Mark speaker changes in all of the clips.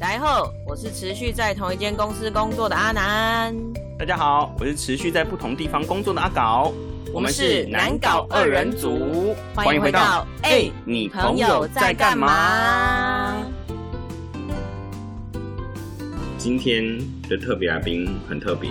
Speaker 1: 来后，我是持续在同一间公司工作的阿南，
Speaker 2: 大家好，我是持续在不同地方工作的阿搞，我们是难搞二人组，
Speaker 1: 欢迎回到
Speaker 2: 哎、
Speaker 1: 哎
Speaker 2: 你
Speaker 1: 朋
Speaker 2: 朋
Speaker 1: 友
Speaker 2: 友
Speaker 1: 在
Speaker 2: 在
Speaker 1: 干
Speaker 2: 干
Speaker 1: 嘛
Speaker 2: 嘛？？今天的特别来宾很特别，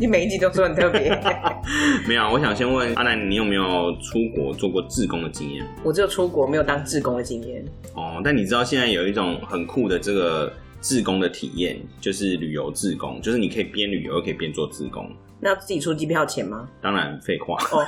Speaker 3: 你每一集都说很特别，
Speaker 2: 没有啊，我想先问阿南，你有没有出国做过志工的经验？
Speaker 3: 我只有出国没有当志工的经验。
Speaker 2: 哦，但你知道现在有一种很酷的这个志工的体验，就是旅游志工，就是你可以边旅游又可以边做志工。
Speaker 3: 那自己出机票钱吗？
Speaker 2: 当然废话，
Speaker 3: 哦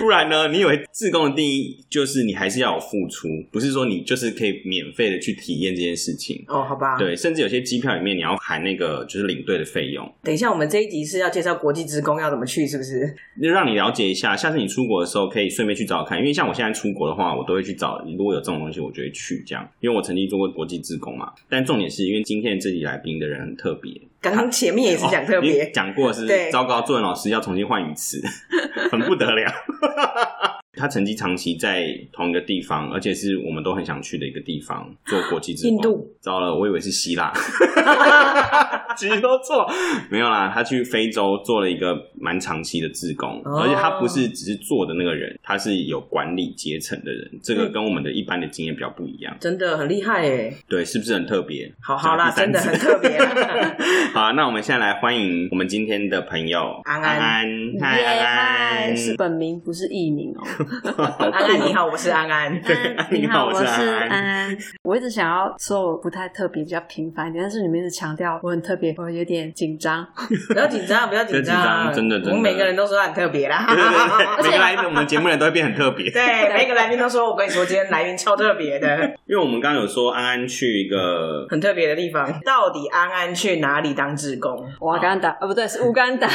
Speaker 2: 不然呢？你以为志工的定义就是你还是要有付出，不是说你就是可以免费的去体验这件事情。
Speaker 3: 哦，好吧。，
Speaker 2: 对，甚至有些机票里面你要含那个就是领队的费用，
Speaker 3: 等一下我们这一集是要介绍国际职工要怎么去，是不是？
Speaker 2: 就让你了解一下。下次你出国的时候，可以顺便去找找看，因为像我现在出国的话，我都会去找，如果有这种东西，我就会去这样。因为我曾经做过国际志工嘛，但重点是因为今天这集来宾的人很特别，
Speaker 3: 刚刚前面也是讲特
Speaker 2: 哦你
Speaker 3: 别，
Speaker 2: 讲过是不是
Speaker 3: 对
Speaker 2: 糟糕，作文老师要重新换语词， 很不得了。 他曾经长期在同一个地方，而且是我们都很想去的一个地方做国际职工。
Speaker 3: 印度
Speaker 2: 糟了，我以为是 希腊，其实都错。没有啦，他去非洲做了一个蛮长期的志工，
Speaker 3: 哦
Speaker 2: 而且他不是只是做的那个人，他是有管理阶层的人，这个
Speaker 3: 嗯
Speaker 2: 跟我们的一般的经验比较不一样。
Speaker 3: 真的很厉害哎。
Speaker 2: 对，是不是很特别？
Speaker 3: 好好啦，
Speaker 2: 讲
Speaker 3: 真
Speaker 2: 第
Speaker 3: 的
Speaker 2: 三
Speaker 3: 很
Speaker 2: 次
Speaker 3: 特别啦。
Speaker 2: 好啊，那我们现在来欢迎我们今天的朋友
Speaker 3: 安
Speaker 2: 安
Speaker 3: 安
Speaker 2: 安，嗨 安安，
Speaker 4: 是本名不是艺名哦。
Speaker 2: 好
Speaker 3: 安安你好，我是安安。
Speaker 2: 对你
Speaker 4: 你好，
Speaker 2: 好
Speaker 4: 我是
Speaker 2: 我是安安
Speaker 4: 安安。我一直想要说我不太特别，比较平凡一点，但是你们一直强调我很特别，我有点紧张。
Speaker 3: 不要紧张，不要紧
Speaker 2: 不要紧张真的真的
Speaker 3: 我们每个人都说他很特别啦。
Speaker 2: 对对对，每个来我们节目人都会变很特 别，
Speaker 3: 对，每个来宾都说，我跟你说，今天来宾超特别的，
Speaker 2: 因为我们刚刚有说安安去一个
Speaker 3: 很特别的地方。到底安安去哪里当志工？
Speaker 4: 瓦干达，呃，不对，是乌干达。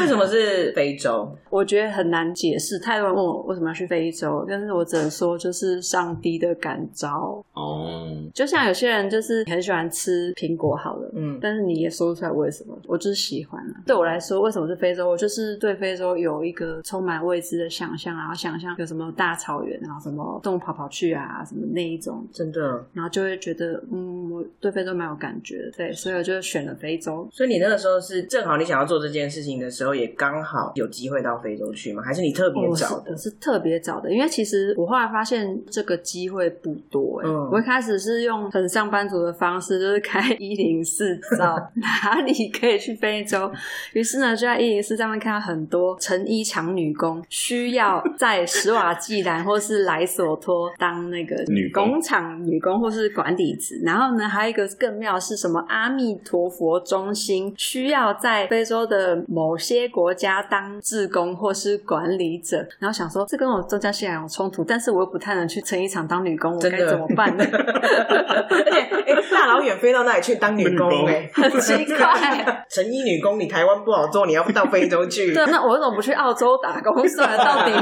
Speaker 3: 为什么是非洲？
Speaker 4: 我觉得很难解释，太多人问我为什么要去非洲，但是我只能说就是上帝的感召。
Speaker 2: 哦，
Speaker 4: 就像有些人就是很喜欢吃苹果，好了，
Speaker 3: 嗯，
Speaker 4: 但是你也说不出来为什么，我就是喜欢啊。对我来说，为什么是非洲？我就是对非洲有一个充满未知的想象，然后想象有什么大草原，然后什么动物跑跑去啊，什么那一种，
Speaker 3: 真的，
Speaker 4: 然后就会觉得，嗯，我对非洲蛮有感觉的，对，所以我就选了非洲。
Speaker 3: 所以你那个时候是正好你想要做这件事情的时候，也刚好有机会到非洲去吗？还哦是你特别
Speaker 4: 我 是
Speaker 3: 早的
Speaker 4: 我？是特别早的，因为其实我后来发现这个机会不多、欸。
Speaker 3: 嗯
Speaker 4: 我一开始是用很上班族的方式，就是开一零四找 哪里可以去非洲。于是呢，就在一零四上面看到很多成衣厂女工需要在史瓦济兰或是莱索托当那个
Speaker 2: 女工
Speaker 4: 工厂女工或是管理职。然后呢，还有一个更妙的是什么？阿弥陀佛中心需要在非洲的某些国家当志工或是管理者。然后想说，这跟我宗教信仰有冲突，但是我又不太能去成衣厂当女工，我
Speaker 3: 真的
Speaker 4: 该怎么办呢？
Speaker 3: 而且，哎、大老远飞到那里去当女
Speaker 2: 女工
Speaker 3: 工、哎，
Speaker 4: 很奇怪。
Speaker 3: 成衣女工，你台湾不好做，你要到非洲 去。
Speaker 4: 对，那我为什么不去澳洲打工算了？到底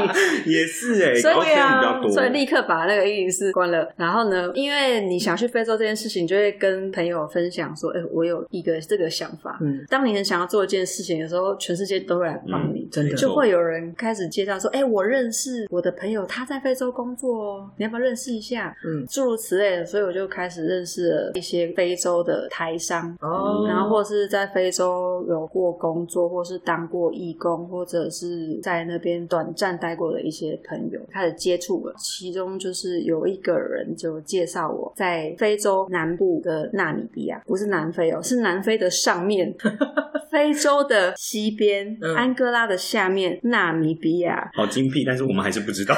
Speaker 2: 也是哎，
Speaker 4: 所以啊
Speaker 2: 高天比较多，
Speaker 4: 所以立刻把那个一零四关了。然后呢，因为你想去非洲这件事情，就会跟朋友分享说：“哎、我有一个这个想法。”
Speaker 3: 嗯，
Speaker 4: 当你很想要做一件事情的时候，全世界都会来帮你。
Speaker 3: 真的
Speaker 2: 嗯没错
Speaker 4: 就会有人开始介绍说：“哎、我认识我的朋友，他在非洲工作哦，你要不要认识一下？”
Speaker 3: 嗯，
Speaker 4: 诸如此类的，所以我就开始认识了一些非洲的台商，
Speaker 3: 哦，
Speaker 4: 然后或是在非洲有过工作，或是当过义工，或者是在那边短暂待过的一些朋友开始接触了。其中就是有一个人就介绍我在非洲南部的纳米比亚，不是南非哦，是南非的上面， 非洲的西边，
Speaker 3: 嗯
Speaker 4: 安哥拉的下面，纳米比亚。
Speaker 2: 好精辟，但是我们还是不知 道。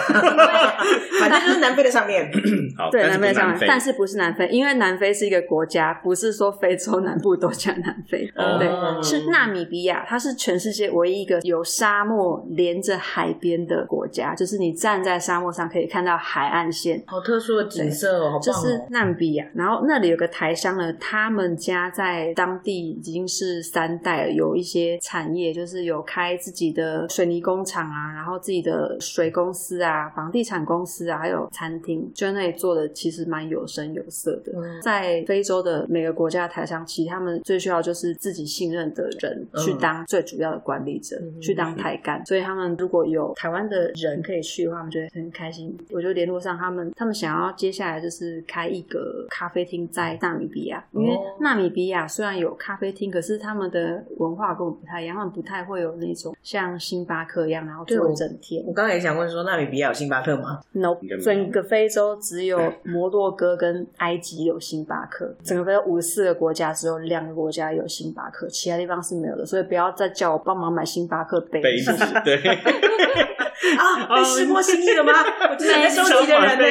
Speaker 3: 反正就是南非的上面。
Speaker 2: 好，
Speaker 4: 对，
Speaker 2: 但是
Speaker 4: 南
Speaker 2: 不是
Speaker 4: 非上面
Speaker 2: 南，非，
Speaker 4: 但是不是南非，因为南非是一个国家，不是说非洲南部都叫南非。
Speaker 2: 哦
Speaker 4: 对
Speaker 3: 嗯
Speaker 4: 是纳米比亚，它是全世界唯一一个有沙漠连着海边的国家，就是你站在沙漠上可以看到海岸线。
Speaker 3: 好特殊的景色哦，好棒哦！
Speaker 4: 就是纳米比亚，然后那里有个台商呢，他们家在当地已经是三代了，在有一些产业，就是有开自己的水泥工厂啊，然后自己的水公司啊、房地产公司啊，还有餐厅，就那里做的其实蛮有声有色的。
Speaker 3: 嗯
Speaker 4: 在非洲的每个国家的台商，其实他们最需要就是自己信任的人
Speaker 3: 嗯
Speaker 4: 去当最主要的管理者，
Speaker 3: 嗯
Speaker 4: 去当台干。所以他们如果有台湾的人可以去的话，他们就会很开心。我就联络上他们，他们想要接下来就是开一个咖啡厅在纳米比亚，因为
Speaker 3: 哦
Speaker 4: 纳米比亚虽然有咖啡厅，可是他们的文化跟我们不太一样，他们不太会有那种像星巴克一样，然后
Speaker 3: 对
Speaker 4: 坐
Speaker 3: 我
Speaker 4: 一整天。
Speaker 3: 我刚才也想问说，纳米比亚有星巴克吗？
Speaker 4: no，
Speaker 2: 应该没有
Speaker 4: 整个非洲只有摩洛哥跟埃及有星巴克，整个非洲五十四个国家只有两个国家有星巴克，其他地方是没有的。所以不要再叫我帮忙买星巴克杯。
Speaker 2: 杯子，对，
Speaker 3: 啊，被试过心意 了吗？我就是在收集的人呢。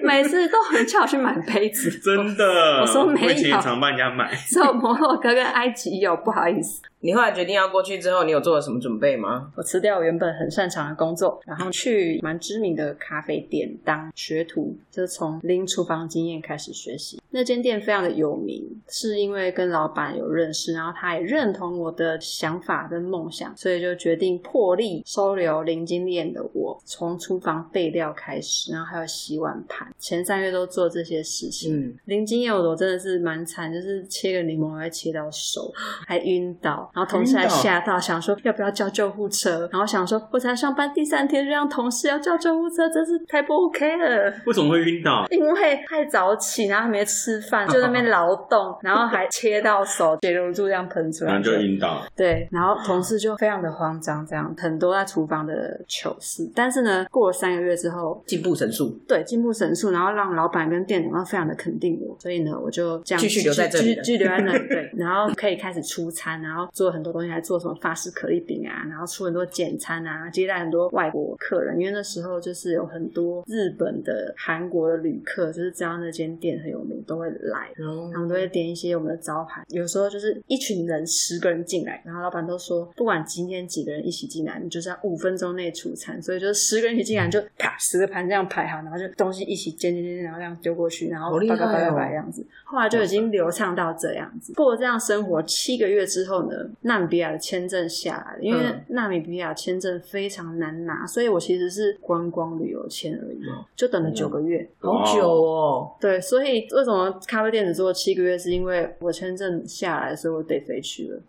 Speaker 4: 每次都很叫我去买杯子，
Speaker 2: 真的，
Speaker 4: 我说没有
Speaker 2: 以前也常帮人家买，
Speaker 4: 只有摩洛哥跟埃及有，不好意思。
Speaker 3: 你后来决定要过去之后，你有做了什么准备吗？
Speaker 4: 我辞掉我原本很擅长的工作，然后去蛮知名的咖啡店当学徒，就是从零厨房经验开始学习。那间店非常的有名，是因为跟老板有认识，然后他也认同我的想法跟梦想，所以就决定破例收留零经验的我，从厨房备料开始，然后还有洗碗盘，前三月都做这些事情。
Speaker 3: 嗯，
Speaker 4: 零经验我的我真的是蛮惨，就是切个柠檬还会切到手，还晕倒，然后同事还吓到，想说要不要叫救护车，然后想说我才上班第三天就让同事要叫救护车，真是太不 OK 了。
Speaker 2: 为什么会晕倒？
Speaker 4: 因为太早起，然后还没吃饭，就在那边劳动，然后还切到手，血流注这样喷出来，
Speaker 2: 然嗯后就晕倒，
Speaker 4: 对，然后同事就非常的慌张，这样很多在厨房的糗事。但是呢，过了三个月之后，
Speaker 3: 进步神速。
Speaker 4: 对进步神速，然后让老板跟店长都非常的肯定我，所以呢，我就这样
Speaker 3: 继续留在这
Speaker 4: 继
Speaker 3: 里
Speaker 4: 续
Speaker 3: 了
Speaker 4: 继续留在那里，对，然后可以开始出餐，然后做很多东西，还做什么法式可丽饼啊，然后出很多简餐啊，接待很多外国客人，因为那时候就是有很多日本的、韩国的旅客，就是知道那间店很有名，都会来。
Speaker 3: 嗯
Speaker 4: 他们都会点一些我们的招牌，有时候就是一群人十个人进来，然后老板都说，不管今天几个人一起进来，你就是要五分钟内出餐，所以就是十个人一起进来
Speaker 3: 嗯
Speaker 4: 你就啪十个盘这样排好，然后就东西一起煎煎煎煎，然后这样丢过去，然后
Speaker 3: 好厉害
Speaker 4: 叭
Speaker 3: 哦
Speaker 4: 叭叭叭叭这样子。后来就已经流畅到这样子。过这样生活七个月之后呢，纳米比亚的签证下来了，因为
Speaker 3: 嗯
Speaker 4: 纳米比亚签证非常难拿，所以我其实是观光旅游签而已，
Speaker 3: 嗯
Speaker 4: 就等了九个月。
Speaker 3: 好久哦，
Speaker 4: 对，所以为什么咖啡店只做了七个月，是因为我签证下来，所以我得飞去了，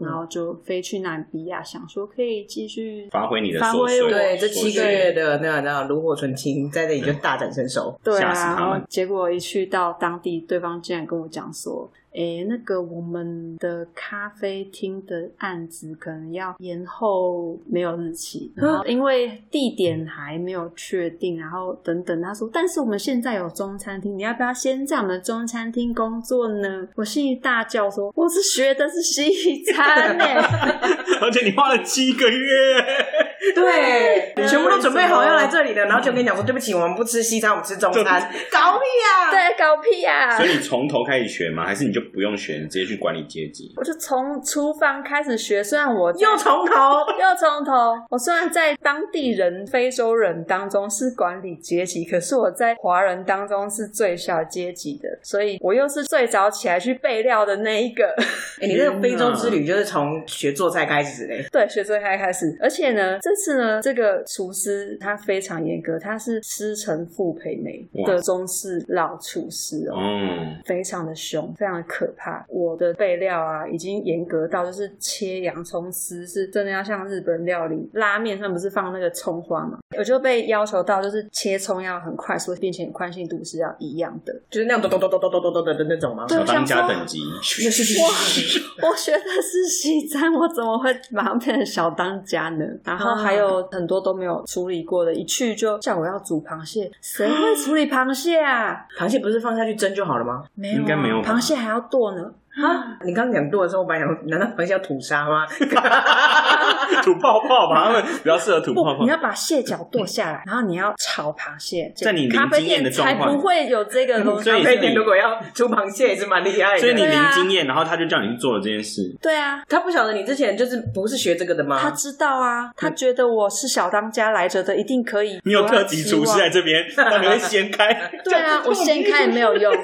Speaker 4: 然
Speaker 3: 嗯，
Speaker 4: 后就飞去南比亚，想说可以继续
Speaker 2: 发挥你的
Speaker 4: 发
Speaker 2: 所
Speaker 4: 挥
Speaker 2: 学，
Speaker 4: 我
Speaker 3: 对，这
Speaker 2: 所
Speaker 3: 七个
Speaker 2: 学
Speaker 3: 月的那那炉火纯青，在这里就大展身手。
Speaker 4: 对
Speaker 2: 吓
Speaker 4: 啊，
Speaker 2: 死他
Speaker 4: 然
Speaker 2: 们
Speaker 4: 后结果一去到当地，对方竟然跟我讲说：“诶，那个我们的咖啡厅的案子可能要延后，没有日
Speaker 2: 啊
Speaker 4: 期，然后因为地点还没有确定，然后等等。”他说：“但是我们现在有中餐厅，你要不要先在我们的中餐厅工作呢？”我心里大叫说：“我是学的是西 餐呢、
Speaker 2: 而且你花了七个月，
Speaker 3: 对，
Speaker 4: 对
Speaker 3: 全部都准备好要来这里的，然后就跟你讲说，对不起，我们不吃西餐，我们吃中餐， 搞屁啊！
Speaker 4: 对，搞屁啊！”
Speaker 2: 所以你从头开始学吗？还是你就不用学，你直接去管理阶级？
Speaker 4: 我就从厨房开始学，虽然我
Speaker 3: 又从头。
Speaker 4: 又从头。我虽然在当地人、非洲人当中是管理阶级，可是我在华人当中是最小阶级的，所以我又是最早起来去备料的那一个。
Speaker 3: 哎，你这个非洲之旅就是从学做菜开始嘞，
Speaker 4: 对，学最开开始，而且呢，这次呢，这个厨师他非常严格，他是师承傅培梅
Speaker 2: 哇
Speaker 4: 的中式老厨师哦。
Speaker 2: 嗯，
Speaker 4: 非常的凶，非常的可怕。我的备料啊，已经严格到就是切洋葱丝是真的要像日本料理拉面上不是放那个葱花嘛？我就被要求到就是切葱要很快速，并且宽信度是要一样的。
Speaker 3: 就是那样咚咚咚咚咚咚咚咚的那种吗？
Speaker 4: 对
Speaker 2: 小
Speaker 4: 我想
Speaker 2: 当家
Speaker 4: 说
Speaker 2: 等级，
Speaker 4: 我学的是西餐，我怎么会马上变成小当家呢？然后还
Speaker 2: 啊
Speaker 4: 有很多都没有处理过的，一去就叫我要煮螃蟹，谁会处理螃蟹啊？
Speaker 3: 螃蟹不是放下去蒸就好了吗？
Speaker 4: 没有啊、
Speaker 2: 应该没有吧
Speaker 4: 螃蟹还要剁呢。
Speaker 3: 啊！你刚刚讲剁的时候，我本来想，难道螃蟹要吐沙吗？
Speaker 2: 吐泡泡吧，他们比较适合吐
Speaker 4: 不
Speaker 2: 泡，泡
Speaker 4: 你。要把蟹脚剁 下来，然后你要炒螃蟹。
Speaker 2: 在你零
Speaker 4: 咖啡
Speaker 2: 经验
Speaker 4: 店
Speaker 2: 的状
Speaker 4: 才
Speaker 2: 况
Speaker 4: 不会有这个东西
Speaker 2: 所。以
Speaker 3: 那天如果要出螃蟹也是蛮厉害的。
Speaker 2: 所以你
Speaker 4: 对
Speaker 2: 零
Speaker 4: 啊
Speaker 2: 经验，然后他就叫你去做了这件事，
Speaker 4: 对啊，
Speaker 3: 他不晓得你之前就是不是学这个的吗？
Speaker 4: 他知道啊，他觉得我是小当家来着的，一定可 以。
Speaker 2: 你有
Speaker 4: 我要
Speaker 2: 特级
Speaker 4: 期
Speaker 2: 厨师
Speaker 4: 望
Speaker 3: 啊
Speaker 2: 在这边，让你会掀开
Speaker 4: 对啊，我掀开也没有用。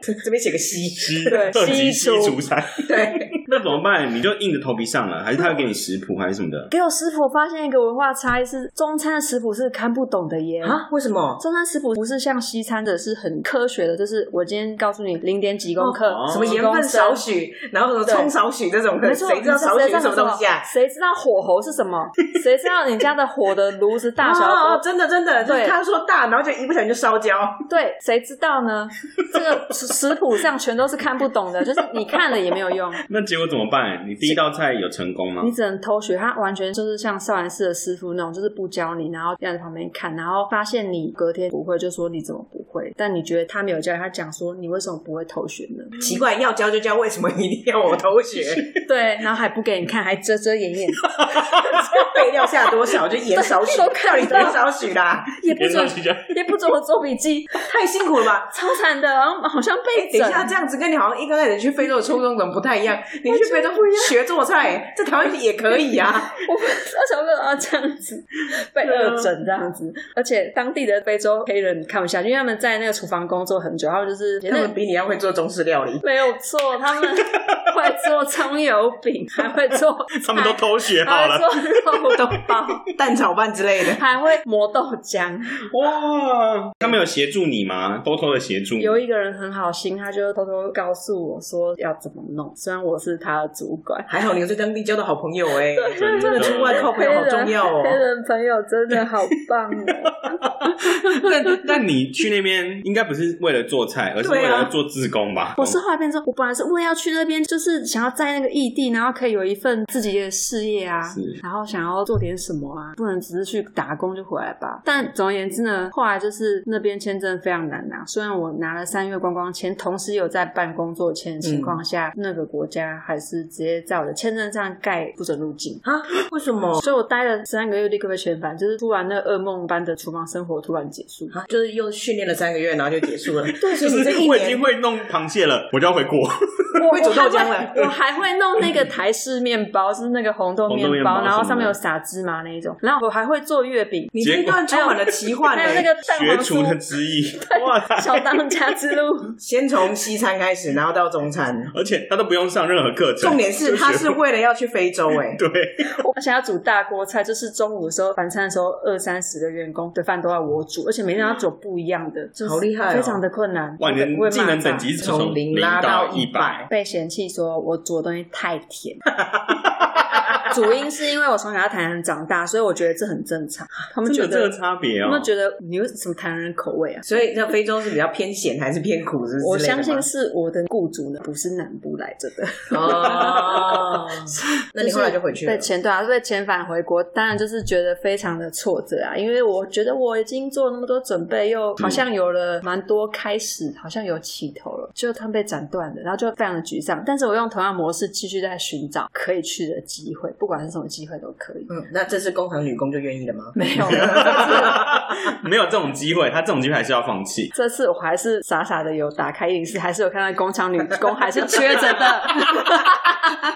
Speaker 3: 这边写个西，
Speaker 2: 西
Speaker 4: 对
Speaker 2: 特级
Speaker 4: 西
Speaker 2: 西
Speaker 4: 厨
Speaker 2: 厨师。
Speaker 3: 对，
Speaker 2: 那怎么办？你就硬着头皮上了，还是他会给你食谱还是什么 的？
Speaker 4: 给我食谱，发现一个文化差异是中餐的食谱是看不懂的耶。
Speaker 3: 啊？为什么？
Speaker 4: 中餐食谱不是像西餐的，是很科学的，就是我今天告诉你零点几公克，
Speaker 2: 哦
Speaker 3: 什么
Speaker 4: 几
Speaker 3: 盐
Speaker 4: 公
Speaker 3: 分
Speaker 4: 升
Speaker 3: 少许，然后什么
Speaker 4: 对
Speaker 3: 葱少许这种的，
Speaker 4: 没错，
Speaker 3: 谁知道少许
Speaker 4: 谁
Speaker 3: 是什么东西啊？
Speaker 4: 谁知道火候是什么？谁知道你家的火的炉子大小？
Speaker 3: 哦，哦真的真的，就是
Speaker 4: 对嗯
Speaker 3: 他说大，然后就一不小心就烧焦。
Speaker 4: 对，谁知道呢？这个食食谱上全都是看不懂的，就是你看了也没有用，
Speaker 2: 那结果怎么办？你第一道菜有成功吗
Speaker 4: 你？只能偷学。他完全就是像少安寺的师傅那种，就是不教你，然后站在旁边看，然后发现你隔天不会，就说你怎么不会？但你觉得他没有教你，他讲说你为什么不会偷学呢？
Speaker 3: 奇怪，要教就教，为什么一定要我偷学？
Speaker 4: 对，然后还不给你看，还遮遮掩掩，
Speaker 3: 备料下多少就盐少许，
Speaker 4: 对都
Speaker 3: 到
Speaker 4: 看
Speaker 3: 底
Speaker 4: 不
Speaker 3: 多
Speaker 4: 到
Speaker 3: 少许啦？
Speaker 4: 也不准
Speaker 2: 上去就
Speaker 4: 也不准我做笔记，
Speaker 3: 太辛苦了吧！
Speaker 4: 超惨的，然后好像被
Speaker 3: 哎等
Speaker 4: 整啊
Speaker 3: 一。下，这样子跟你好像一刚开始去非洲的初衷怎么不太一样？ 你去非洲学做 菜，在台湾也可以啊。
Speaker 4: 我不知道小朋友要这样子被恶整这样子，而且当地的非洲黑人看不下去，因为他们在那个厨房工作很久，他们就 是
Speaker 3: 他们比你要会做中式料理，
Speaker 4: 没有错，他们会做葱油 饼，还会做菜，
Speaker 2: 他们都偷学好
Speaker 4: 还
Speaker 2: 了，
Speaker 4: 会做肉包，
Speaker 3: 蛋炒饭之类的。
Speaker 4: 还会磨豆浆。
Speaker 2: 哇！他们有协助你吗？偷偷的协助？
Speaker 4: 有一个人很好心，他就偷偷告诉我说要怎么弄，虽然我是他的主 管。
Speaker 3: 还好你有在当地交到好朋友 哎、
Speaker 2: 真
Speaker 3: 真的出外靠朋友好重要哦
Speaker 4: 黑。人朋友真的好棒哦！
Speaker 2: 但但你去 那边应该不是为了做菜，而是为
Speaker 3: 对啊
Speaker 2: 了做自工吧？哦
Speaker 4: 我是后来变成，我本来是为了要去那边，就是想要在那个异地，然后可以有一份自己的事业啊
Speaker 2: 是，
Speaker 4: 然后想要做点什么啊，不能只是去打工就回来吧。但总而言之呢，后来就是那边签证非常难拿，虽然我拿了三月观光签，同时有在办工作签的情况下，那个国家还是直接在我的签证上盖不准入境。
Speaker 3: 啊？为什么？
Speaker 4: 所以我待了三个月，立刻被遣返，就是突然那噩梦般的厨房生活突然结束。
Speaker 3: 啊，就是又训练了三个月，然后就结束了。 对，
Speaker 2: 就
Speaker 3: 就是这一
Speaker 2: 我已经
Speaker 3: 年
Speaker 2: 会弄螃蟹了，我就要回 国。
Speaker 4: 我
Speaker 3: 会煮豆浆了
Speaker 4: 我还会我还会弄那个台式面包，是那个红豆面
Speaker 2: 红豆面包
Speaker 4: 包，然后
Speaker 2: 什么的
Speaker 4: 上面有撒芝麻那一种。然后我还会做月饼，
Speaker 3: 你这一段充满了奇幻、
Speaker 4: 还有
Speaker 3: 欸。
Speaker 4: 那个蛋
Speaker 2: 学
Speaker 4: 黄
Speaker 2: 厨的
Speaker 4: 酥。
Speaker 2: 之意，哇塞！
Speaker 4: 小当家之路，
Speaker 3: 先从西餐开始，然后到中餐，
Speaker 2: 而且他都不用上任何课程，
Speaker 3: 重点是
Speaker 2: 就学
Speaker 3: 他是为了要去非洲哎、
Speaker 2: 对，
Speaker 4: 我想要煮大锅菜，就是中午的时候晚餐的时候，二三十个员工的饭都要我煮，而且每天要煮不一样的，就是
Speaker 3: 嗯好厉害哦
Speaker 4: 非常的困难。
Speaker 2: 哇，你
Speaker 4: 我
Speaker 2: 的
Speaker 4: 会骂
Speaker 2: 技能
Speaker 4: 炸
Speaker 2: 等级是
Speaker 3: 从
Speaker 2: 从
Speaker 3: 零
Speaker 2: 零
Speaker 3: 拉到
Speaker 2: 一
Speaker 3: 100
Speaker 2: 百，
Speaker 4: 被嫌弃说我煮的东西太 甜。主因是因为我从小在台南长大，所以我觉得这很正常。他们
Speaker 2: 真
Speaker 4: 觉
Speaker 2: 的这
Speaker 4: 得
Speaker 2: 个差别
Speaker 4: 他
Speaker 2: 哦
Speaker 4: 们。觉得你为什么台南人口味啊？
Speaker 3: 所以那非洲是比较偏咸还是偏苦是之
Speaker 4: 我
Speaker 3: 类的吗
Speaker 4: 相信是我的雇主呢，不是南部来着的。
Speaker 3: 哦，那你后来就回去了
Speaker 4: 被。遣对啊，被遣返回国，当然就是觉得非常的挫折啊，因为我觉得我已经做了那么多准备，又
Speaker 3: 嗯
Speaker 4: 好像有了蛮多开始，好像有起头了，就突然被斩断了，然后就非常的沮丧。但是我用同样模式继续在寻找可以去的机会，不管是什么机会都可以。
Speaker 3: 嗯，那这次工厂女工就愿意了 吗？
Speaker 4: 没有，这次
Speaker 2: 没有这种机会，他这种机会还是要放弃。
Speaker 4: 这次我还是傻傻的有打开影视，还是有看到工厂女工还是缺着的。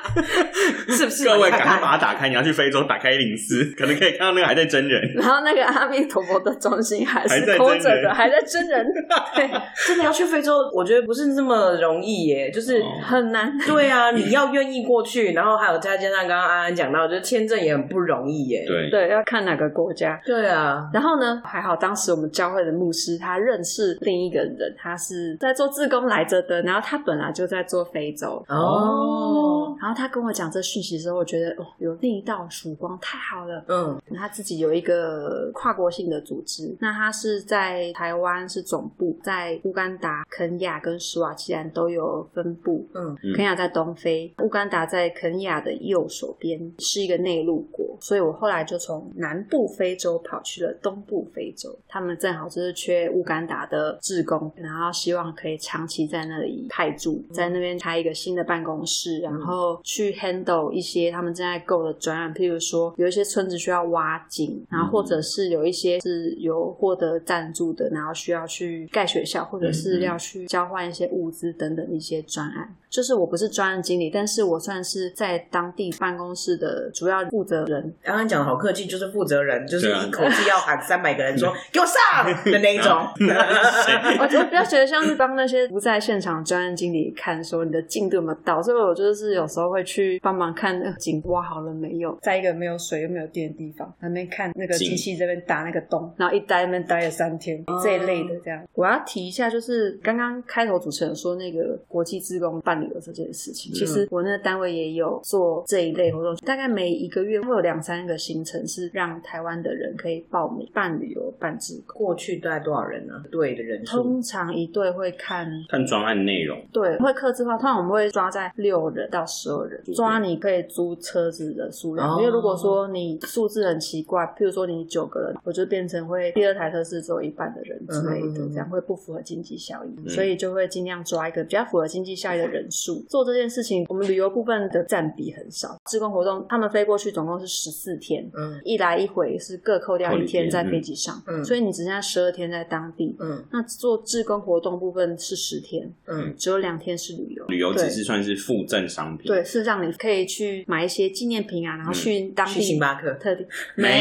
Speaker 3: 是不是？啊
Speaker 2: 各位赶快把它打开，你要去非洲打开零四， 可能可以看到那个还在真人。
Speaker 4: 然后那个阿弥陀佛的中心还
Speaker 2: 还在
Speaker 4: 是空
Speaker 2: 真
Speaker 4: 着
Speaker 2: 人
Speaker 4: 的，还在真人，对，
Speaker 3: 真的要去非洲，我觉得不是那么容易耶，就是。
Speaker 2: 哦
Speaker 4: 很难。
Speaker 3: 对啊，你要愿意过去，然后还有再加上刚刚安安讲到，就是签证也很不容易耶。
Speaker 2: 对，
Speaker 4: 对，要看哪个国家。
Speaker 3: 对啊，
Speaker 4: 然后呢，还好当时我们教会的牧师他认识另一个人，他是在做志工来着的，然后他本来就在做非洲。
Speaker 3: 哦，
Speaker 4: 然后他跟我讲这讯息的时候，我觉得哦，有另一道曙光，太好了。
Speaker 3: 嗯，
Speaker 4: 他自己有一个跨国性的组织，那他是在台湾是总部，在乌干达、肯亚跟斯瓦基兰都有分部。
Speaker 3: 嗯
Speaker 2: 嗯
Speaker 4: 肯亚在东非，乌干达在肯亚的右手边，是一个内陆国，所以我后来就从南部非洲跑去了东部非洲。他们正好就是缺乌干达的志工，然后希望可以长期在那里派驻，在那边开一个新的办公室，然后去 handle 一些他们正在购的专案，譬如说有一些村子需要挖井，然后或者是有一些是有获得赞助的，然后需要去盖学校，或者是要去交换一些物资等等一些专案。就是我不是专案经理，但是我算是在当地办公室的主要负责人，人，
Speaker 3: 刚刚讲的好客气，就是负责人，就是
Speaker 2: 对啊
Speaker 3: 一口气要喊三百个人 说给我上的那一种。
Speaker 2: 啊
Speaker 4: 我觉得比较觉得像是帮那些不在现场专案经理看说你的进度有没有到，所以我就是有时候会去帮忙看呃井挖好了没有，在一个没有水又没有电的地方，还没看那个
Speaker 2: 井
Speaker 4: 机器这边打那个洞，然后一待那边待了三天、这一类的这样。我要提一下，就是刚刚开头主持人说那个国际职工办理的这件事情，其实我那个单位也有做这一类活动，大概每一个月会有两三个行程是让台湾的人可以报名办旅游、办职 工。
Speaker 3: 过去大概多少人呢？对的人数，
Speaker 4: 通常一队会看
Speaker 2: 看专案内容，
Speaker 4: 对，会克制化。通常我们会抓在六人到十二人
Speaker 2: 对，
Speaker 4: 抓你可以租车子的数量。
Speaker 3: 哦
Speaker 4: 因为如果说你数字很奇怪，譬如说你九个人，我就变成会第二台车是只有一半的人之类的，
Speaker 3: 嗯
Speaker 4: 这样会不符合经济效益，
Speaker 2: 嗯
Speaker 4: 所以就会尽量抓一个比较符合经济效益的人数。做这件事情，我们旅游部分的占比很少。志工活动他们飞过去总共是十四天，
Speaker 3: 嗯
Speaker 4: 一来一回是各扣掉
Speaker 2: 扣
Speaker 4: 一
Speaker 2: 一天
Speaker 4: 天在
Speaker 2: 嗯
Speaker 4: 飞机上，
Speaker 3: 嗯
Speaker 4: 所以你只剩下十二天在当地。
Speaker 3: 嗯
Speaker 4: 那做志工活动部分是十天，
Speaker 3: 嗯
Speaker 4: 只有两天是旅游，
Speaker 2: 旅游
Speaker 4: 对
Speaker 2: 只是算是附赠商品，
Speaker 4: 对，是让你可以去买一些纪念品啊，
Speaker 2: 嗯
Speaker 4: 然后去当
Speaker 3: 去星
Speaker 4: 地
Speaker 3: 巴克，
Speaker 4: 特地
Speaker 2: 没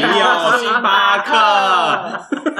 Speaker 2: 有星巴克，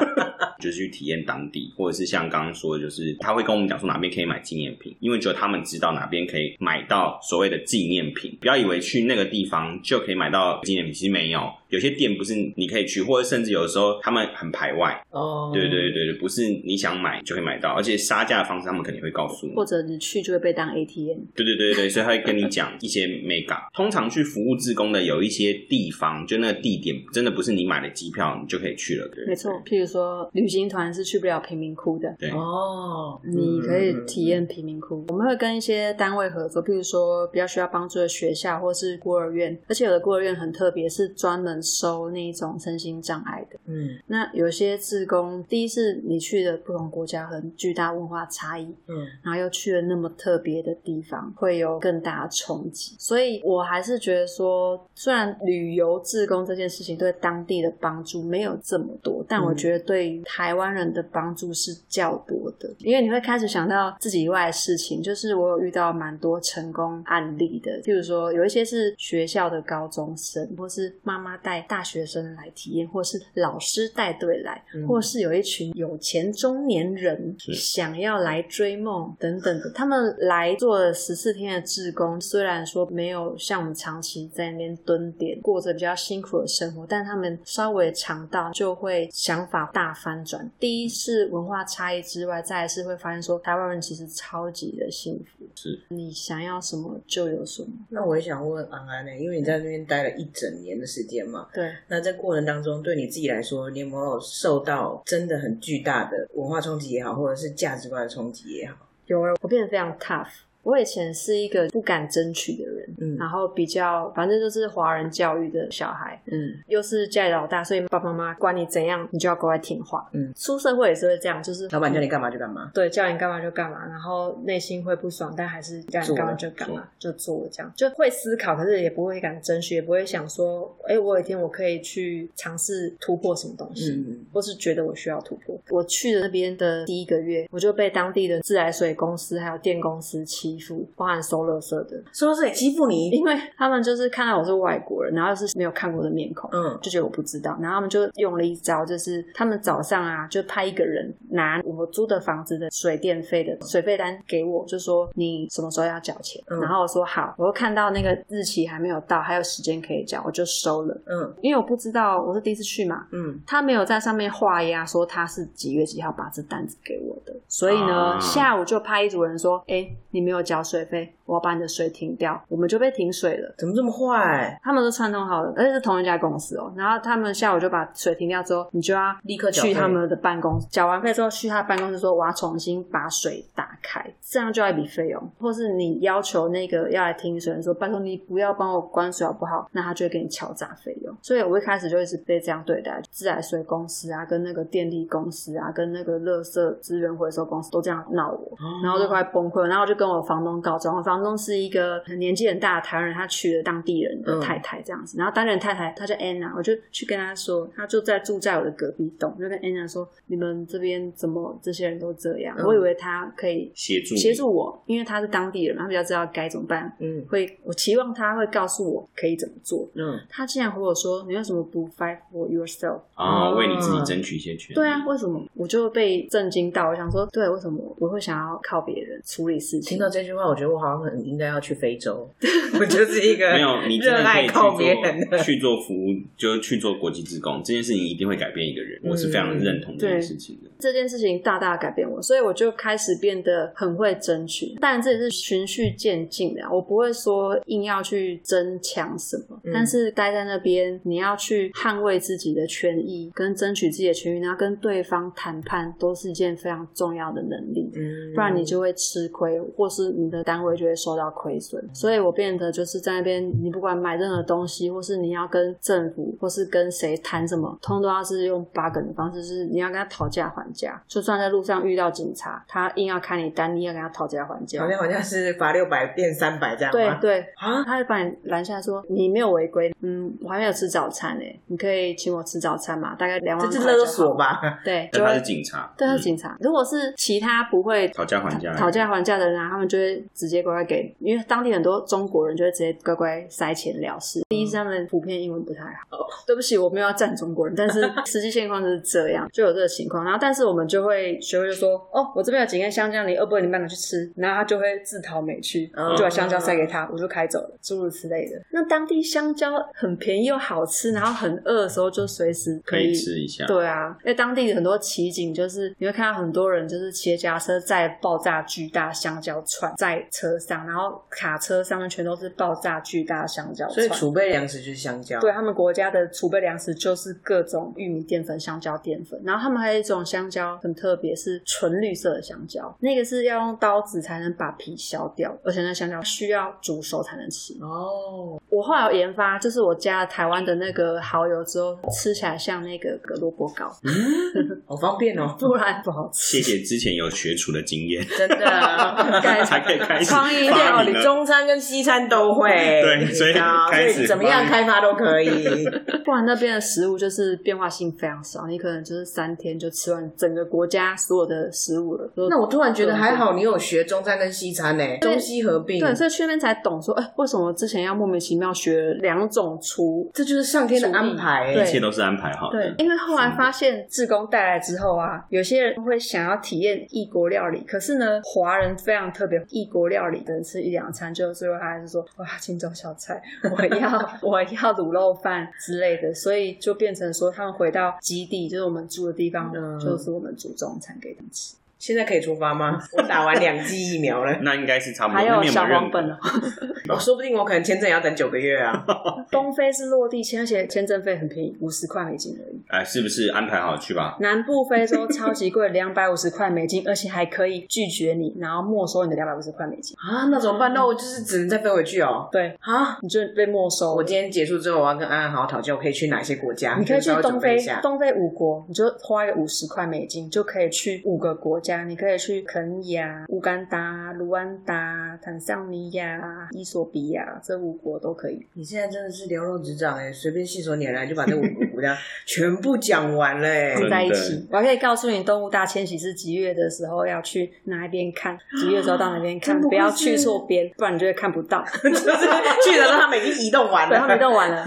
Speaker 2: 就是去体验当地，或者是像刚刚说的，就是他会跟我们讲说哪边可以买纪念品，因为只有他们知道哪边可以买到所谓的纪念品。不要以为去那个地方就可以买到纪念品，其实没有，有些店不是你可以去，或者甚至有的时候他们很排外，
Speaker 3: 哦，
Speaker 2: 对对对对，不是你想买就会买到，而且杀价的方式他们肯定会告诉你，
Speaker 4: 或者你去就会被当 ATM。
Speaker 2: 对对对对，所以他会跟你讲一些 mega。通常去服务志工的有一些地方，就那个地点真的不是你买了机票你就可以去了，对，
Speaker 4: 没错，譬如说旅行团是去不了贫民窟的。
Speaker 2: 对，
Speaker 3: 哦，
Speaker 4: 你可以体验贫民窟，我们会跟一些单位合作，譬如说比较需要帮助的学校或是孤儿院，而且有的孤儿院很特别，是专门收那一种身心障碍的。
Speaker 3: 嗯，
Speaker 4: 那有些志工，第一是你去的不同国家很巨大文化差异，
Speaker 3: 嗯嗯，
Speaker 4: 然后又去了那么特别的地方，会有更大的冲击。所以我还是觉得说，虽然旅游志工这件事情对当地的帮助没有这么多，但我觉得对于台湾人的帮助是较多的，因为你会开始想到自己以外的事情。就是我有遇到蛮多成功案例的，譬如说有一些是学校的高中生，或是妈妈带大学生来体验，或是老师带队来，
Speaker 3: 嗯
Speaker 4: 或是有一群有钱中年人
Speaker 2: 是
Speaker 4: 想要来追梦等等的，他们来做了十四天的志工，虽然说没有像我们长期在那边蹲点，过着比较辛苦的生活，但他们稍微尝到就会想法大翻转。第一是文化差异之外，再来是会发现说台湾人其实超级的幸福，
Speaker 2: 是
Speaker 4: 你想要什么就有什么。
Speaker 3: 那我也想问安安呢，因为你在那边待了一整年的时间嘛，
Speaker 4: 对，
Speaker 3: 那在过程当中，对你自己来说，你有没有受到真的很巨大的文化冲击也好，或者是价值观的冲击也好？
Speaker 4: 有了，我变得非常 tough。我以前是一个不敢争取的人，
Speaker 3: 嗯
Speaker 4: 然后比较反正就是华人教育的小孩，
Speaker 3: 嗯
Speaker 4: 又是家里老大，所以爸爸妈妈管你怎样，你就要乖乖听话。
Speaker 3: 嗯
Speaker 4: 出社会也是会这样，就是
Speaker 3: 老板叫你干嘛就干嘛。
Speaker 4: 对，叫你干嘛就干嘛，然后内心会不爽，但还是叫你干嘛就干嘛，就做这样，就会思考，可是也不会敢争取，也不会想说，哎，我有一天我可以去尝试突破什么东西。
Speaker 3: 嗯
Speaker 4: 或是觉得我需要突破。我去了那边的第一个月，我就被当地的自来水公司还有电公司欺负，包含收垃圾的，
Speaker 3: 说是欺负你，
Speaker 4: 因为他们就是看到我是外国人，然后又是没有看过的面孔。
Speaker 3: 嗯
Speaker 4: 就觉得我不知道，然后他们就用了一招，就是他们早上啊，就派一个人拿我租的房子的水电费的水费单给我，就说你什么时候要缴钱，
Speaker 3: 嗯
Speaker 4: 然后我说好，我就看到那个日期还没有到，还有时间可以缴，我就收了，
Speaker 3: 嗯
Speaker 4: 因为我不知道我是第一次去嘛，
Speaker 3: 嗯，
Speaker 4: 他没有在上面画押说他是几月几号把这单子给我的，所以呢，
Speaker 2: 啊
Speaker 4: 下午就派一组人说：“哎、你没有缴水费，我要把你的水停掉。”我们就被停水了。
Speaker 3: 怎么这么坏？
Speaker 4: 他们都串通好了，而且是同一家公司哦。然后他们下午就把水停掉之后，你就要
Speaker 3: 立刻缴
Speaker 4: 去
Speaker 3: 费
Speaker 4: 他们的办公室，缴完费之后去他办公室说我要重新把水打开，这样就要一笔费用。或是你要求那个要来停水的人说拜托你不要帮我关水好不好？那他就会给你敲诈费用。所以我一开始就一直被这样对待，自来水公司啊，跟那个电力公司啊，跟那个垃圾资源回收公司都这样闹我。哦
Speaker 3: 嗯
Speaker 4: 然后就快崩溃了，然后我就跟我房东告状。我房东是一个年纪很大的台湾人，他娶了当地人
Speaker 3: 嗯
Speaker 4: 的太太这样子。然后当地人太太她叫 Anna，我就去跟她说，她就在住在我的隔壁栋，我就跟 Anna 说，你们这边怎么这些人都这样？
Speaker 3: 嗯
Speaker 4: 我以为她可以
Speaker 2: 协助助
Speaker 4: 协
Speaker 2: 你
Speaker 4: 助我，因为他是当地人嘛，他比较知道该怎么办。
Speaker 3: 嗯
Speaker 4: 会，我期望他会告诉我可以怎么做。
Speaker 3: 嗯，
Speaker 4: 他竟然和我说：“你为什么不 fight for yourself？”
Speaker 2: 啊，为你自己
Speaker 3: 啊
Speaker 2: 争取一些权利。
Speaker 4: 嗯对啊，，为什么？我就被震惊到，我想说，对，为什么我会想要靠别人处理事
Speaker 3: 听
Speaker 4: 情
Speaker 3: 到？这句话，我觉得我好像很应该要去非洲， 我就是一个
Speaker 2: 没有，你真
Speaker 3: 热
Speaker 2: 的可以
Speaker 3: 爱
Speaker 2: 去
Speaker 3: 靠
Speaker 2: 做
Speaker 3: 别人的。
Speaker 2: 去做服务，就是去做国际志工这件事情，一定会改变一个人。我是非常认同这件事情的。
Speaker 4: 这件事情大大改变我，所以我就开始变得很会争取。当然，这也是循序渐进的啊，我不会说硬要去争抢什么，
Speaker 3: 嗯
Speaker 4: 但是待在那边，你要去捍卫自己的权益，跟争取自己的权益，然后跟对方谈判，都是一件非常重要的能力。
Speaker 3: 嗯
Speaker 4: 不然你就会吃亏，或是你的单位就会受到亏损。所以我变得就是在那边，你不管买任何东西，或是你要跟政府，或是跟谁谈什么，通通都要是用八梗的方式，就是你要跟他讨价还价。就算在路上遇到警察，他硬要开你单，你也跟他讨价还价。
Speaker 3: 好像好像是罚六百变三百这样
Speaker 4: 对
Speaker 3: 吗？
Speaker 4: 对，
Speaker 3: 啊，
Speaker 4: 他会把你拦下来说你没有违规，嗯，我还没有吃早餐诶、你可以请我吃早餐嘛？大概两万
Speaker 3: 这是
Speaker 4: 块就
Speaker 3: 勒
Speaker 4: 好
Speaker 3: 索？吧？
Speaker 4: 对，
Speaker 2: 但
Speaker 4: 就
Speaker 2: 他
Speaker 4: 会
Speaker 2: 是警察，
Speaker 4: 对，他
Speaker 2: 嗯
Speaker 4: 是警察。如果是其他不会
Speaker 2: 讨价还价
Speaker 4: 讨价还价的人啊，他们就会直接乖乖给，因为当地很多中国人就会直接乖乖塞钱了事。第一是他们普遍英文不太
Speaker 2: 哦
Speaker 4: 好，哦对不起，我没有要赞中国人， 但是实际现况就是这样，就有这个情况。然后，但是我们就会学会就说，哦，我这边有几根香蕉，你饿不饿？你慢拿去吃。然后他就会自讨没趣，
Speaker 3: 嗯
Speaker 2: 哦
Speaker 4: 就把香蕉塞给他，我就开走了，诸如此类的。那当地香蕉很便宜又好吃，然后很饿的时候就随时
Speaker 2: 可以吃一下。
Speaker 4: 对啊，因为当地很多奇景，就是你会看到很多人就是骑着夹车载爆炸巨大香蕉串在车上，然后卡车上面全都是爆炸巨大的香蕉
Speaker 3: 所以
Speaker 4: 串。
Speaker 3: 储备粮食就是香蕉。
Speaker 4: 对他们国家的储备粮食就是各种玉米淀粉、香蕉淀粉，然后他们还有一种香蕉很特别，是纯绿色的香蕉，那个是要用刀子才能把皮削掉，而且那香蕉需要煮熟才能吃。
Speaker 3: 哦，
Speaker 4: 我后来有研发，就是我加了台湾的那个蚝油之后，吃起来像那个萝卜糕，
Speaker 3: 好方便哦，
Speaker 4: 不然不好吃。
Speaker 2: 谢谢之前有学厨的经验，
Speaker 3: 真 的。
Speaker 4: 盖
Speaker 2: 才可以开始
Speaker 4: 创意
Speaker 2: 发
Speaker 4: 料
Speaker 2: 明
Speaker 4: 理
Speaker 2: 了
Speaker 3: 哦中餐跟西餐都会，
Speaker 2: 对
Speaker 3: 你知
Speaker 2: 所以
Speaker 3: 道
Speaker 2: 开
Speaker 3: 所
Speaker 2: 始
Speaker 3: 以怎么样
Speaker 2: 发明
Speaker 3: 开发都可 以。
Speaker 4: 不然那边的食物就是变化性非常少，你可能就是三天就吃完整个国家所有的食物了。
Speaker 3: 那我突然觉得还好，你有学中餐跟西餐呢，中西合并，
Speaker 4: 对，所以去那边才懂说，哎、为什么之前要莫名其妙学两种厨？
Speaker 3: 这就是上天的安排欸。
Speaker 4: 对
Speaker 2: 一切都是安排好
Speaker 4: 对
Speaker 2: 的，。，
Speaker 4: 因为后来发现志工带来之后啊，有些人会想要体验异国料理，可是呢，华人非常特别，异国料理能吃一两餐就最后他还是说哇，青州小菜， 我要我要卤肉饭之类的，所以就变成说他们回到基地，就是我们住的地方，
Speaker 3: 嗯
Speaker 4: 就是我们煮中餐给他们吃，
Speaker 3: 现在可以出发 吗？我打完两剂疫苗了
Speaker 2: 那应该是差不多。
Speaker 4: 还
Speaker 2: 那
Speaker 4: 有
Speaker 2: 边
Speaker 4: 小
Speaker 2: 没有
Speaker 4: 黄本哦。
Speaker 3: 我说不定我可能签证也要等九个月 啊。
Speaker 4: 东非是落地签，而且签证费很便宜，五十块美金而已。
Speaker 2: 哎，是不是安排好去吧？
Speaker 4: 南部非洲超级贵，两百五十块美金，而且还可以拒绝你，然后没收你的两百五十块美金。
Speaker 3: 啊，那怎么办？那我就是只能再飞回去哦。
Speaker 4: 对，
Speaker 3: 啊，
Speaker 4: 你就被没收了。
Speaker 3: 我今天结束之后，我要跟安安好好讨教，我可以去哪些国家？
Speaker 4: 你可以去
Speaker 3: 稍微准
Speaker 4: 东
Speaker 3: 备
Speaker 4: 非
Speaker 3: 一下，
Speaker 4: 东非五国，你就花个五十块美金就可以去五个国家，你可以去肯尼亚、乌干达、卢安达、坦桑尼亚、伊索比亚，这五国都可以。
Speaker 3: 你现在真的是了如指掌哎，随便信手拈来就把这五个国 家全部讲完了哎。
Speaker 2: 真的
Speaker 4: 在一起，我还可以告诉你，动物大迁徙是几月的时候要去哪一边看，几月的时候到哪边 看
Speaker 3: 真，不
Speaker 4: 不要
Speaker 3: 愧是
Speaker 4: 去错边，不然你就会看不 到。
Speaker 3: 就是去的时候，他们已经移动完
Speaker 4: 对，他们
Speaker 3: 了。
Speaker 4: 都完了。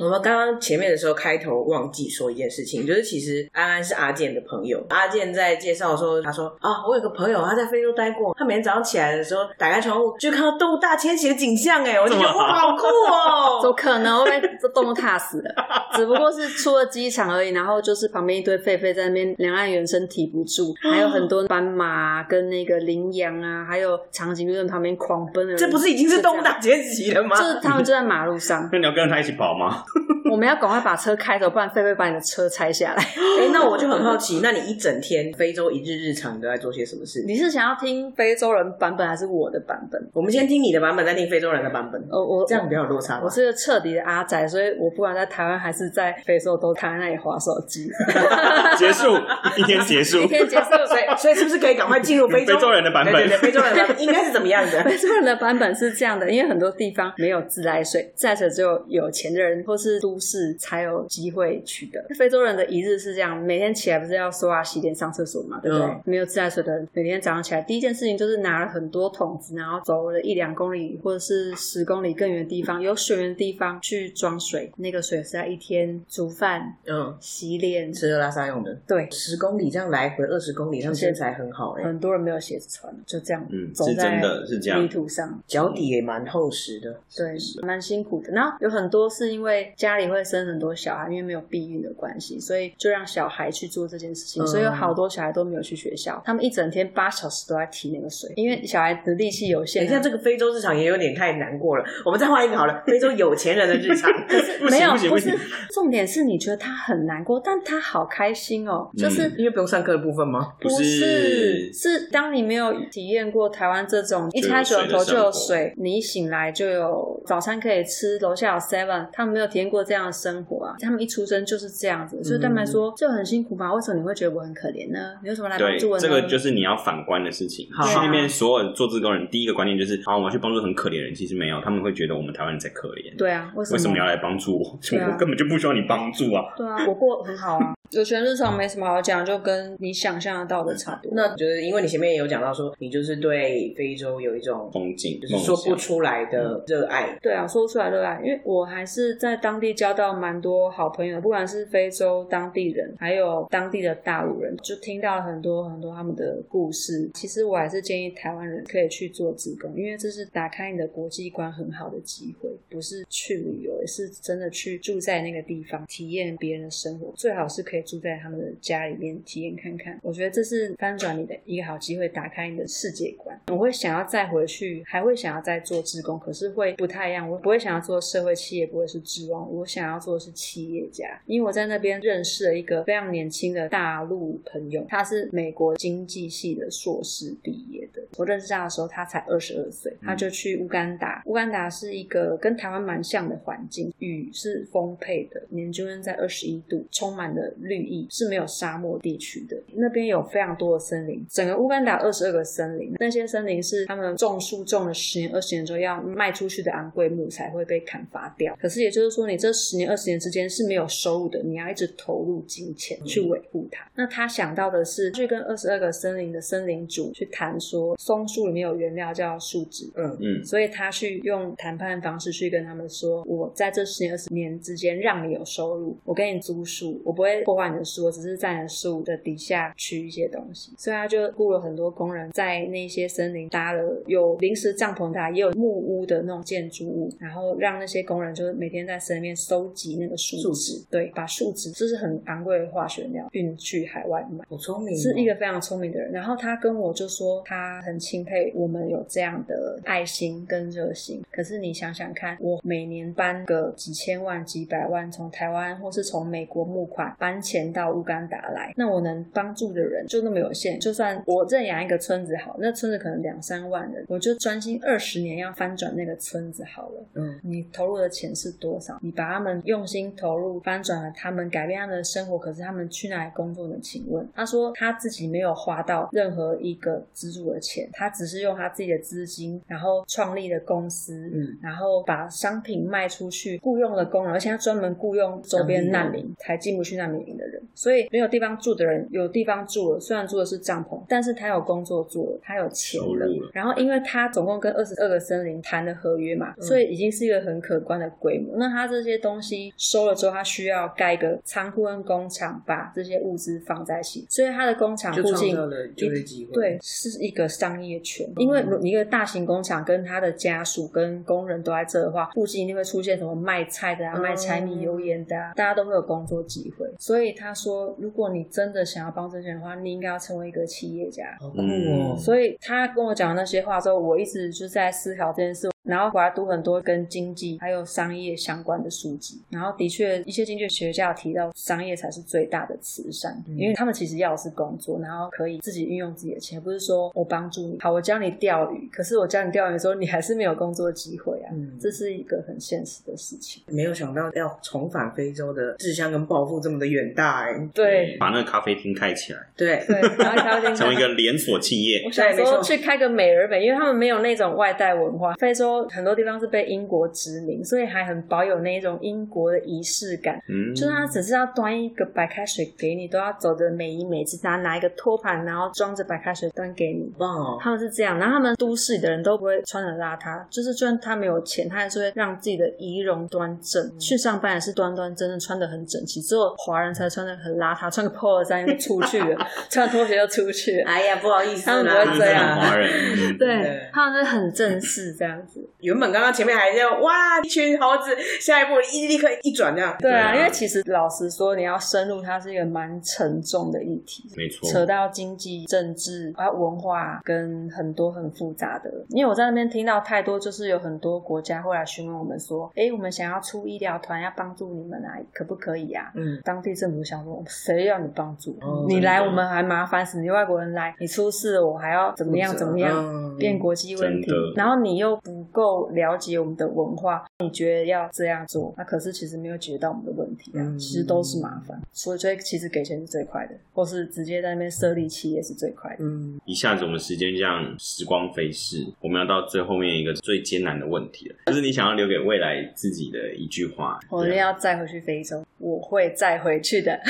Speaker 3: 我们刚刚前面的时候开头忘记说一件事情，就是其实安安是阿健的朋友。阿健在介绍的时候，他说啊，我有个朋友他在非洲待过，他每天早上起来的时候打开窗户就看到动物大迁徙的景象，哎，我就觉得
Speaker 2: 这么
Speaker 3: 哇，
Speaker 2: 好，
Speaker 3: 好酷 哦、
Speaker 4: 怎么可能会被这动物踏死了？只不过是出了机场而已，然后就是旁边一堆狒狒在那边，两岸猿声啼不住，还有很多斑马、啊、跟那个羚羊啊，还有长颈鹿在旁边狂奔的人。
Speaker 3: 这不是已经是动物
Speaker 4: 就
Speaker 3: 大迁徙了吗？
Speaker 4: 这样？就是他们就在马路上
Speaker 2: 那你要跟着他一起跑吗？
Speaker 4: 我们要赶快把车开走，不然狒狒把你的车拆下来。
Speaker 3: 哎、那我就很好奇，那你一整天非洲一日日常都在做些什么事？
Speaker 4: 你是想要听非洲人版本还是我的版本？
Speaker 3: 我们先听你的版本，再听非洲人的版本，
Speaker 4: 哦，我
Speaker 3: 这样比较有落差吧
Speaker 4: 我。是个彻底的阿仔，所以我不管在台湾还是在非洲，都躺在那里划手机，
Speaker 2: 结束，一天结束
Speaker 4: 一。天结束。
Speaker 3: 所以，所以是不是可以赶快进入非洲
Speaker 2: 非洲人的版本
Speaker 3: 对对对，非洲人的 版本应该是怎么样的？
Speaker 4: 非洲人的版本是这样的，因为很多地方没有自来水，自来水只有有钱的人或是都舒适才有机会取得。非洲人的一日是这样，每天起来不是要刷牙、洗脸、上厕所嘛，对不对？
Speaker 3: 嗯
Speaker 4: 没有自来水的人，每天早上起来第一件事情就是拿了很多桶子，然后走了一两公里或者是十公里更远的地方，有水源的地方去装水。那个水是在一天煮饭、
Speaker 3: 嗯，
Speaker 4: 洗脸，
Speaker 3: 吃喝拉撒用的，
Speaker 4: 对，
Speaker 3: 十公里这样来回二十公里，他们身材很好哎、
Speaker 4: 很多人没有鞋子穿，就这样，
Speaker 2: 嗯
Speaker 4: 走
Speaker 2: 是
Speaker 4: 在
Speaker 2: 真的是这样
Speaker 4: 泥土上，
Speaker 3: 脚底也蛮厚实的。
Speaker 4: 对，蛮辛苦的。然后有很多是因为家里会生很多小孩，因为没有避孕的关系，所以就让小孩去做这件事情。
Speaker 3: 嗯
Speaker 4: 所以有好多小孩都没有去学校，他们一整天八小时都在提那个水，因为小孩的力气有限
Speaker 3: 等
Speaker 4: 啊。
Speaker 3: 一下，这个非洲日常也有点太难过了。我们再换一个好了，非洲有钱人的日 常。
Speaker 2: 不
Speaker 4: 没
Speaker 2: 行
Speaker 4: 有，
Speaker 2: 不行不行
Speaker 4: 是，重点是你觉得他很难过，但他好开心哦，
Speaker 2: 嗯
Speaker 4: 就是。
Speaker 3: 因为不用上课的部分吗？
Speaker 4: 不是，是当你没有体验过台湾这种一开九头就有水，你一醒来就有早餐可以吃，楼下有 Seven，他们没有体验过这样的生活啊，他们一出生就是这样
Speaker 2: 嗯
Speaker 4: 子，所以对他们来说就很辛苦嘛。为什么你会觉得我很可怜呢？你为什么来帮
Speaker 2: 对
Speaker 4: 助我，呢？
Speaker 2: 这个就是你要反观的事情。
Speaker 3: 好
Speaker 2: 去那边所有做志工人，第一个观念就是，啊，我要去帮助很可怜的人，其实没有，他们会觉得我们台湾人才可怜。
Speaker 4: 对啊，为什么？
Speaker 2: 为什么你要来帮助我？
Speaker 4: 对啊
Speaker 2: 我根本就不需要你帮助啊！
Speaker 4: 对啊，我过得很好啊，有钱日常没什么好讲，就跟你想象得到的差不多。
Speaker 3: 那就是因为你前面也有讲到说，你就是对非洲有一种
Speaker 2: 风景
Speaker 3: 就是说不
Speaker 2: 梦想嗯
Speaker 3: 出来的热爱。
Speaker 4: 对啊，说出来热爱，因为我还是在当地交到蛮多好朋友，不管是非洲当地人，还有当地的大陆人，就听到了很多很多他们的故事。其实我还是建议台湾人可以去做志工，因为这是打开你的国际观很好的机会，不是去旅游，而是真的去住在那个地方，体验别人的生活，最好是可以住在他们的家里面体验看看。我觉得这是翻转你的一个好机会，打开你的世界观。我会想要再回去，还会想要再做志工，可是会不太一样。我不会想要做社会企业，不会是志工，我想要做的是企业家。因为我在那边认识了一个非常年轻的大陆朋友，他是美国经济系的硕士毕业的。我认识他的时候，他才二十二岁，他就去乌干达。乌干达是一个跟台湾蛮像的环境，雨是丰沛的，年均温在二十一度，充满了绿意，是没有沙漠地区的。那边有非常多的森林，整个乌干达二十二个森林，那些森林是他们种树种了十年、二十年之后要卖出去的昂贵木材会被砍伐掉。可是也就是说，你这十年、二十年之间是没有收入的，你要一直投入金钱去维护它。那他想到的是去跟二十二个森林的森林主去谈说，松树里面有原料叫树脂，
Speaker 3: 嗯，
Speaker 2: 嗯，
Speaker 4: 所以他去用谈判方式去跟他们说，我在这十年二十年之间让你有收入，我给你租树，我不会破坏你的树，我只是在你的树的底下取一些东西。所以他就雇了很多工人在那些森林搭了有临时帐篷搭，也有木屋的那种建筑物，然后让那些工人就是每天在森林里面收集那个树
Speaker 3: 树
Speaker 4: 脂，对，把树脂这是很昂贵的化学原料运去海外卖。
Speaker 3: 好聪明哦，
Speaker 4: 是一个非常聪明的人。然后他跟我就说，他很钦佩我们有这样的爱心跟热心。可是你想想看，我每年搬个几千万、几百万，从台湾或是从美国募款搬钱到乌干达来，那我能帮助的人就那么有限。就算我认养一个村子好，那村子可能两三万人，我就专心二十年要翻转那个村子好了。
Speaker 3: 嗯，
Speaker 4: 你投入的钱是多少？你把他们用心投入，翻转了他们，改变他们的生活，可是他们去哪里工作呢？请问，他说他自己没有花到任何一个资助的钱，他只是用他自己的资金，然后创立了公司，
Speaker 3: 嗯，
Speaker 4: 然后把商品卖出去，雇佣了工人，而且他专门雇佣周边难民，才进不去难民营的人，所以没有地方住的人有地方住了，虽然住的是帐篷，但是他有工作做了，他有钱
Speaker 2: 收
Speaker 4: 了
Speaker 2: 入了，
Speaker 4: 然后，因为他总共跟二十二个森林谈了合约嘛，所以已经是一个很可观的规模。那他这些东西收了之后，他需要盖一个仓库跟工厂，把这些物资放在一起。所以他的工厂
Speaker 3: 就
Speaker 4: 附
Speaker 3: 创
Speaker 4: 近
Speaker 3: 造了就业机会。
Speaker 4: 对，是一个商业圈。因为你一个大型工厂跟他的家属跟工人都在这的话，附近一定会出现什么卖菜的啊、
Speaker 3: 嗯
Speaker 4: 卖柴米油盐的啊，大家都会有工作机会。所以他说，如果你真的想要帮这些人的话，你应该要成为一个企业家。
Speaker 3: 好酷哦！
Speaker 2: 嗯
Speaker 4: 所以他跟我讲那些话之后，我一直就在思考这件事，然后我还读很多跟经济还有商业相关的书籍，然后的确一些经济学家有提到，商业才是最大的慈善，
Speaker 3: 嗯
Speaker 4: 因为他们其实要的是工作，然后可以自己运用自己的钱，不是说我帮助你，好，我教你钓鱼，可是我教你钓鱼的时候，你还是没有工作机会啊，
Speaker 3: 嗯
Speaker 4: 这是一个很现实的事 情。
Speaker 3: 没有想到要重返非洲的志向跟抱负这么的远大哎。
Speaker 4: 对
Speaker 2: 把那个咖啡厅开 起来，
Speaker 3: 对，
Speaker 4: 对，然后他会
Speaker 2: 成为一个连锁企业
Speaker 4: 我。想
Speaker 3: 对没
Speaker 4: 说
Speaker 3: 错
Speaker 4: 去开个美而美，因为他们没有那种外带文化。非洲候很多地方是被英国殖民，所以还很保有那一种英国的仪式感。
Speaker 2: 嗯，
Speaker 4: 就是他只是要端一个白开水给你，都要走的每一每次，他拿一个托盘，然后装着白开水端给你。
Speaker 3: 棒 哦！
Speaker 4: 他们是这样，然后他们都市里的人都不会穿的邋遢，就是就算他没有钱，他还是会让自己的仪容端正，
Speaker 3: 嗯
Speaker 4: 去上班也是端端正正，穿的很整齐。只有华人才穿的很邋遢，穿个 polo 衫就出去了，穿拖鞋就出去了。
Speaker 3: 哎呀，不好意思啦，
Speaker 4: 他们不会这样
Speaker 2: 很华人，嗯
Speaker 4: 啊 对，他们就是很正式这样子。
Speaker 3: 原本刚刚前面还在哇一群猴子，下一步一立刻一转这样，
Speaker 4: 对啊，
Speaker 2: 对啊
Speaker 4: 因为其实老实说，你要深入，它是一个蛮沉重的议题。
Speaker 2: 没错，
Speaker 4: 扯到经济、政治啊、文化跟很多很复杂的。因为我在那边听到太多，就是有很多国家会来询问我们说：“诶，我们想要出医疗团，要帮助你们啊，可不可以啊？”
Speaker 3: 嗯，
Speaker 4: 当地政府想说：“谁要你帮助？
Speaker 3: 哦
Speaker 4: 你来
Speaker 2: 真的
Speaker 4: 我们还麻烦死，你外国人来，你出事了我还要怎么样怎么样？”
Speaker 3: 嗯
Speaker 4: 变国际问题
Speaker 2: 真的，
Speaker 4: 然后你又不够了解我们的文化，你觉得要这样做，那可是其实没有解决到我们的问题啊，
Speaker 3: 嗯
Speaker 4: 其实都是麻烦，所以所以其实给钱是最快的，或是直接在那边设立企业是最快的。
Speaker 3: 嗯，
Speaker 2: 一下子我们时间这样时光飞逝，我们要到最后面一个最艰难的问题了，就是你想要留给未来自己的一句话。
Speaker 4: 我一定要再回去非洲，我会再回去的。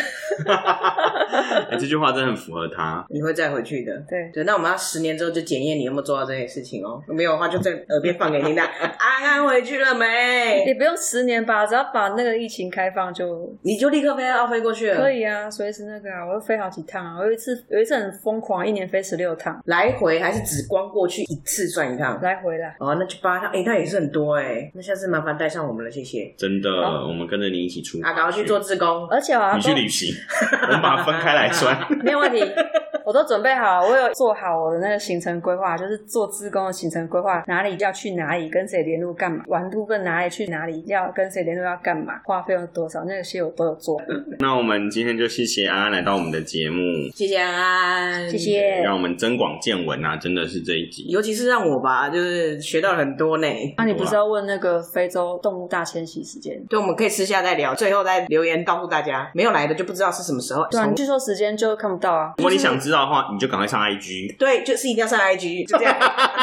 Speaker 2: 哎这句话真的很符合他。
Speaker 3: 你会再回去的。
Speaker 4: 对，
Speaker 3: 对，那我们要十年之后就检验你有没有做到这件事情哦。没有的话，就在耳边放给 你听。那安安回去了
Speaker 4: 也
Speaker 3: 没？
Speaker 4: 不用十年吧，只要把那个疫情开放就
Speaker 3: 你就立刻飞到飞过去了。
Speaker 4: 可，以啊，随时那个啊，我又飞好几趟啊，我有一次有一次很疯狂，一年飞十六趟，
Speaker 3: 来回还是只光过去一次算一趟？
Speaker 4: 来回啦。
Speaker 3: 哦，那就八趟，哎、那也是很多哎、那下次麻烦带上我们了，谢谢。
Speaker 2: 真的，
Speaker 4: 好
Speaker 2: 我们跟着你一起出发
Speaker 3: 啊，赶快去做志工。
Speaker 4: 而且我要
Speaker 2: 你去
Speaker 4: 跟
Speaker 2: 旅行，我们把它分开来算。
Speaker 4: 没有问题，我都准备好，我有做好我的那个行程规划，就是做自工的行程规划，哪里要去哪里，跟谁联络干嘛，玩路跟哪里去哪里，要跟谁联络要干嘛，花费用多少，那些我都有做。
Speaker 2: 那我们今天就谢谢安安来到我们的节目，
Speaker 3: 谢谢安安，
Speaker 4: 谢。谢。
Speaker 2: 让我们增广见闻啊！真的是这一集，
Speaker 3: 尤其是让我吧，就是学到了很多呢。
Speaker 4: 那、你不是要问那个非洲动物大迁徙时间？
Speaker 3: 对，我们可以私下再聊，最后再留言告诉大家。没有来的就不知道是什么时候。
Speaker 4: 对啊，
Speaker 3: 从
Speaker 4: 你据说时间就看不到啊。
Speaker 2: 如果你想知道的话，你就赶快上 IG。
Speaker 3: 对，就是一定要上 IG，就这样。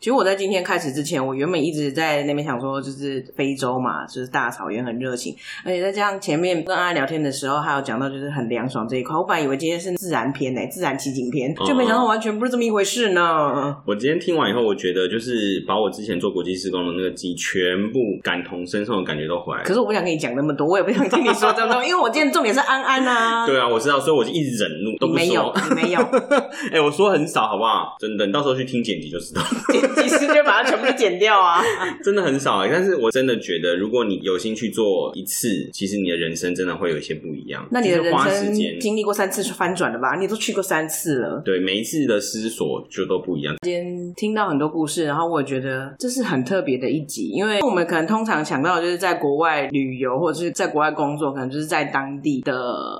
Speaker 3: 其实我在今天开始之前，我原本一直在那边想说，就是非洲嘛，就是大草原很热情，而且再加上前面跟阿安聊天的时候，还有讲到就是很凉爽这一块，我本来以为今天是自然篇呢、自然奇景篇，就没想
Speaker 2: 嗯
Speaker 3: 到完全不是这么一回事呢。
Speaker 2: 我今天听完以后，我觉得就是把我之前做国际施工的那个记忆全部感同身受的感觉都回来了
Speaker 3: 可。是我不想跟你讲那么多，我也不想听你说这么多，因为我今天重点是安安啊。
Speaker 2: 对啊，我知道，所以我就一直忍怒，都
Speaker 3: 你
Speaker 2: 不
Speaker 3: 没有
Speaker 2: 说。，
Speaker 3: 你没有，
Speaker 2: 哎、我说很少，好不好？真的，你到时候去听剪辑就知道，
Speaker 3: 其实就把它全部剪掉 啊。
Speaker 2: 真的很少、哎，但是我真的觉得，如果你有心去做一次，其实你的人生真的会有一些不一样。
Speaker 3: 那你的
Speaker 2: 就是
Speaker 3: 人
Speaker 2: 花时
Speaker 3: 生
Speaker 2: 间，
Speaker 3: 经历过三次翻转了吧？你都去过三次了。
Speaker 2: 对每一次的思索就都不一样。
Speaker 3: 听到很多故事，然后我觉得这是很特别的一集，因为我们可能通常想到的就是在国外旅游或者是在国外工作，可能就是在当地的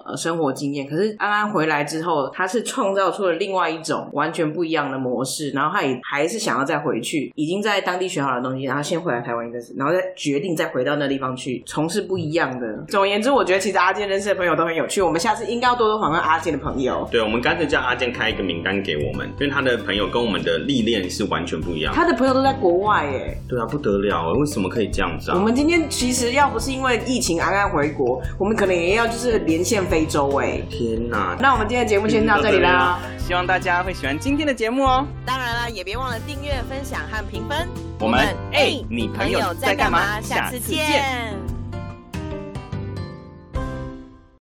Speaker 3: 呃生活经验。可是安安回来之后，他是创造出了另外一种完全不一样的模式，然后他也还是想要再回去，已经在当地学好的东西，然后先回来台湾一阵子，然后再决定再回到那地方去从事不一样的。总而言之，我觉得其实阿健认识的朋友都很有趣，我们下次应该要多多访问阿健的朋友。
Speaker 2: 对，我们干脆叫阿健开一个名单给我们，因为他的朋友跟我们的历练是完全不一样的。
Speaker 3: 他的朋友都在国外耶，
Speaker 2: 对啊，不得了，为什么可以这样子
Speaker 3: 我
Speaker 2: 啊？
Speaker 3: 们今天其实要不是因为疫情安安回国，我们可能也要就是连线非洲哎、
Speaker 2: 天哪！
Speaker 3: 那我们今天的节目先到这里啦，
Speaker 2: 希望大家会喜欢今天的节目哦。
Speaker 5: 当然啦，也别忘了订阅、分享和评分。哎
Speaker 2: 我们哎你朋友在干嘛下次见。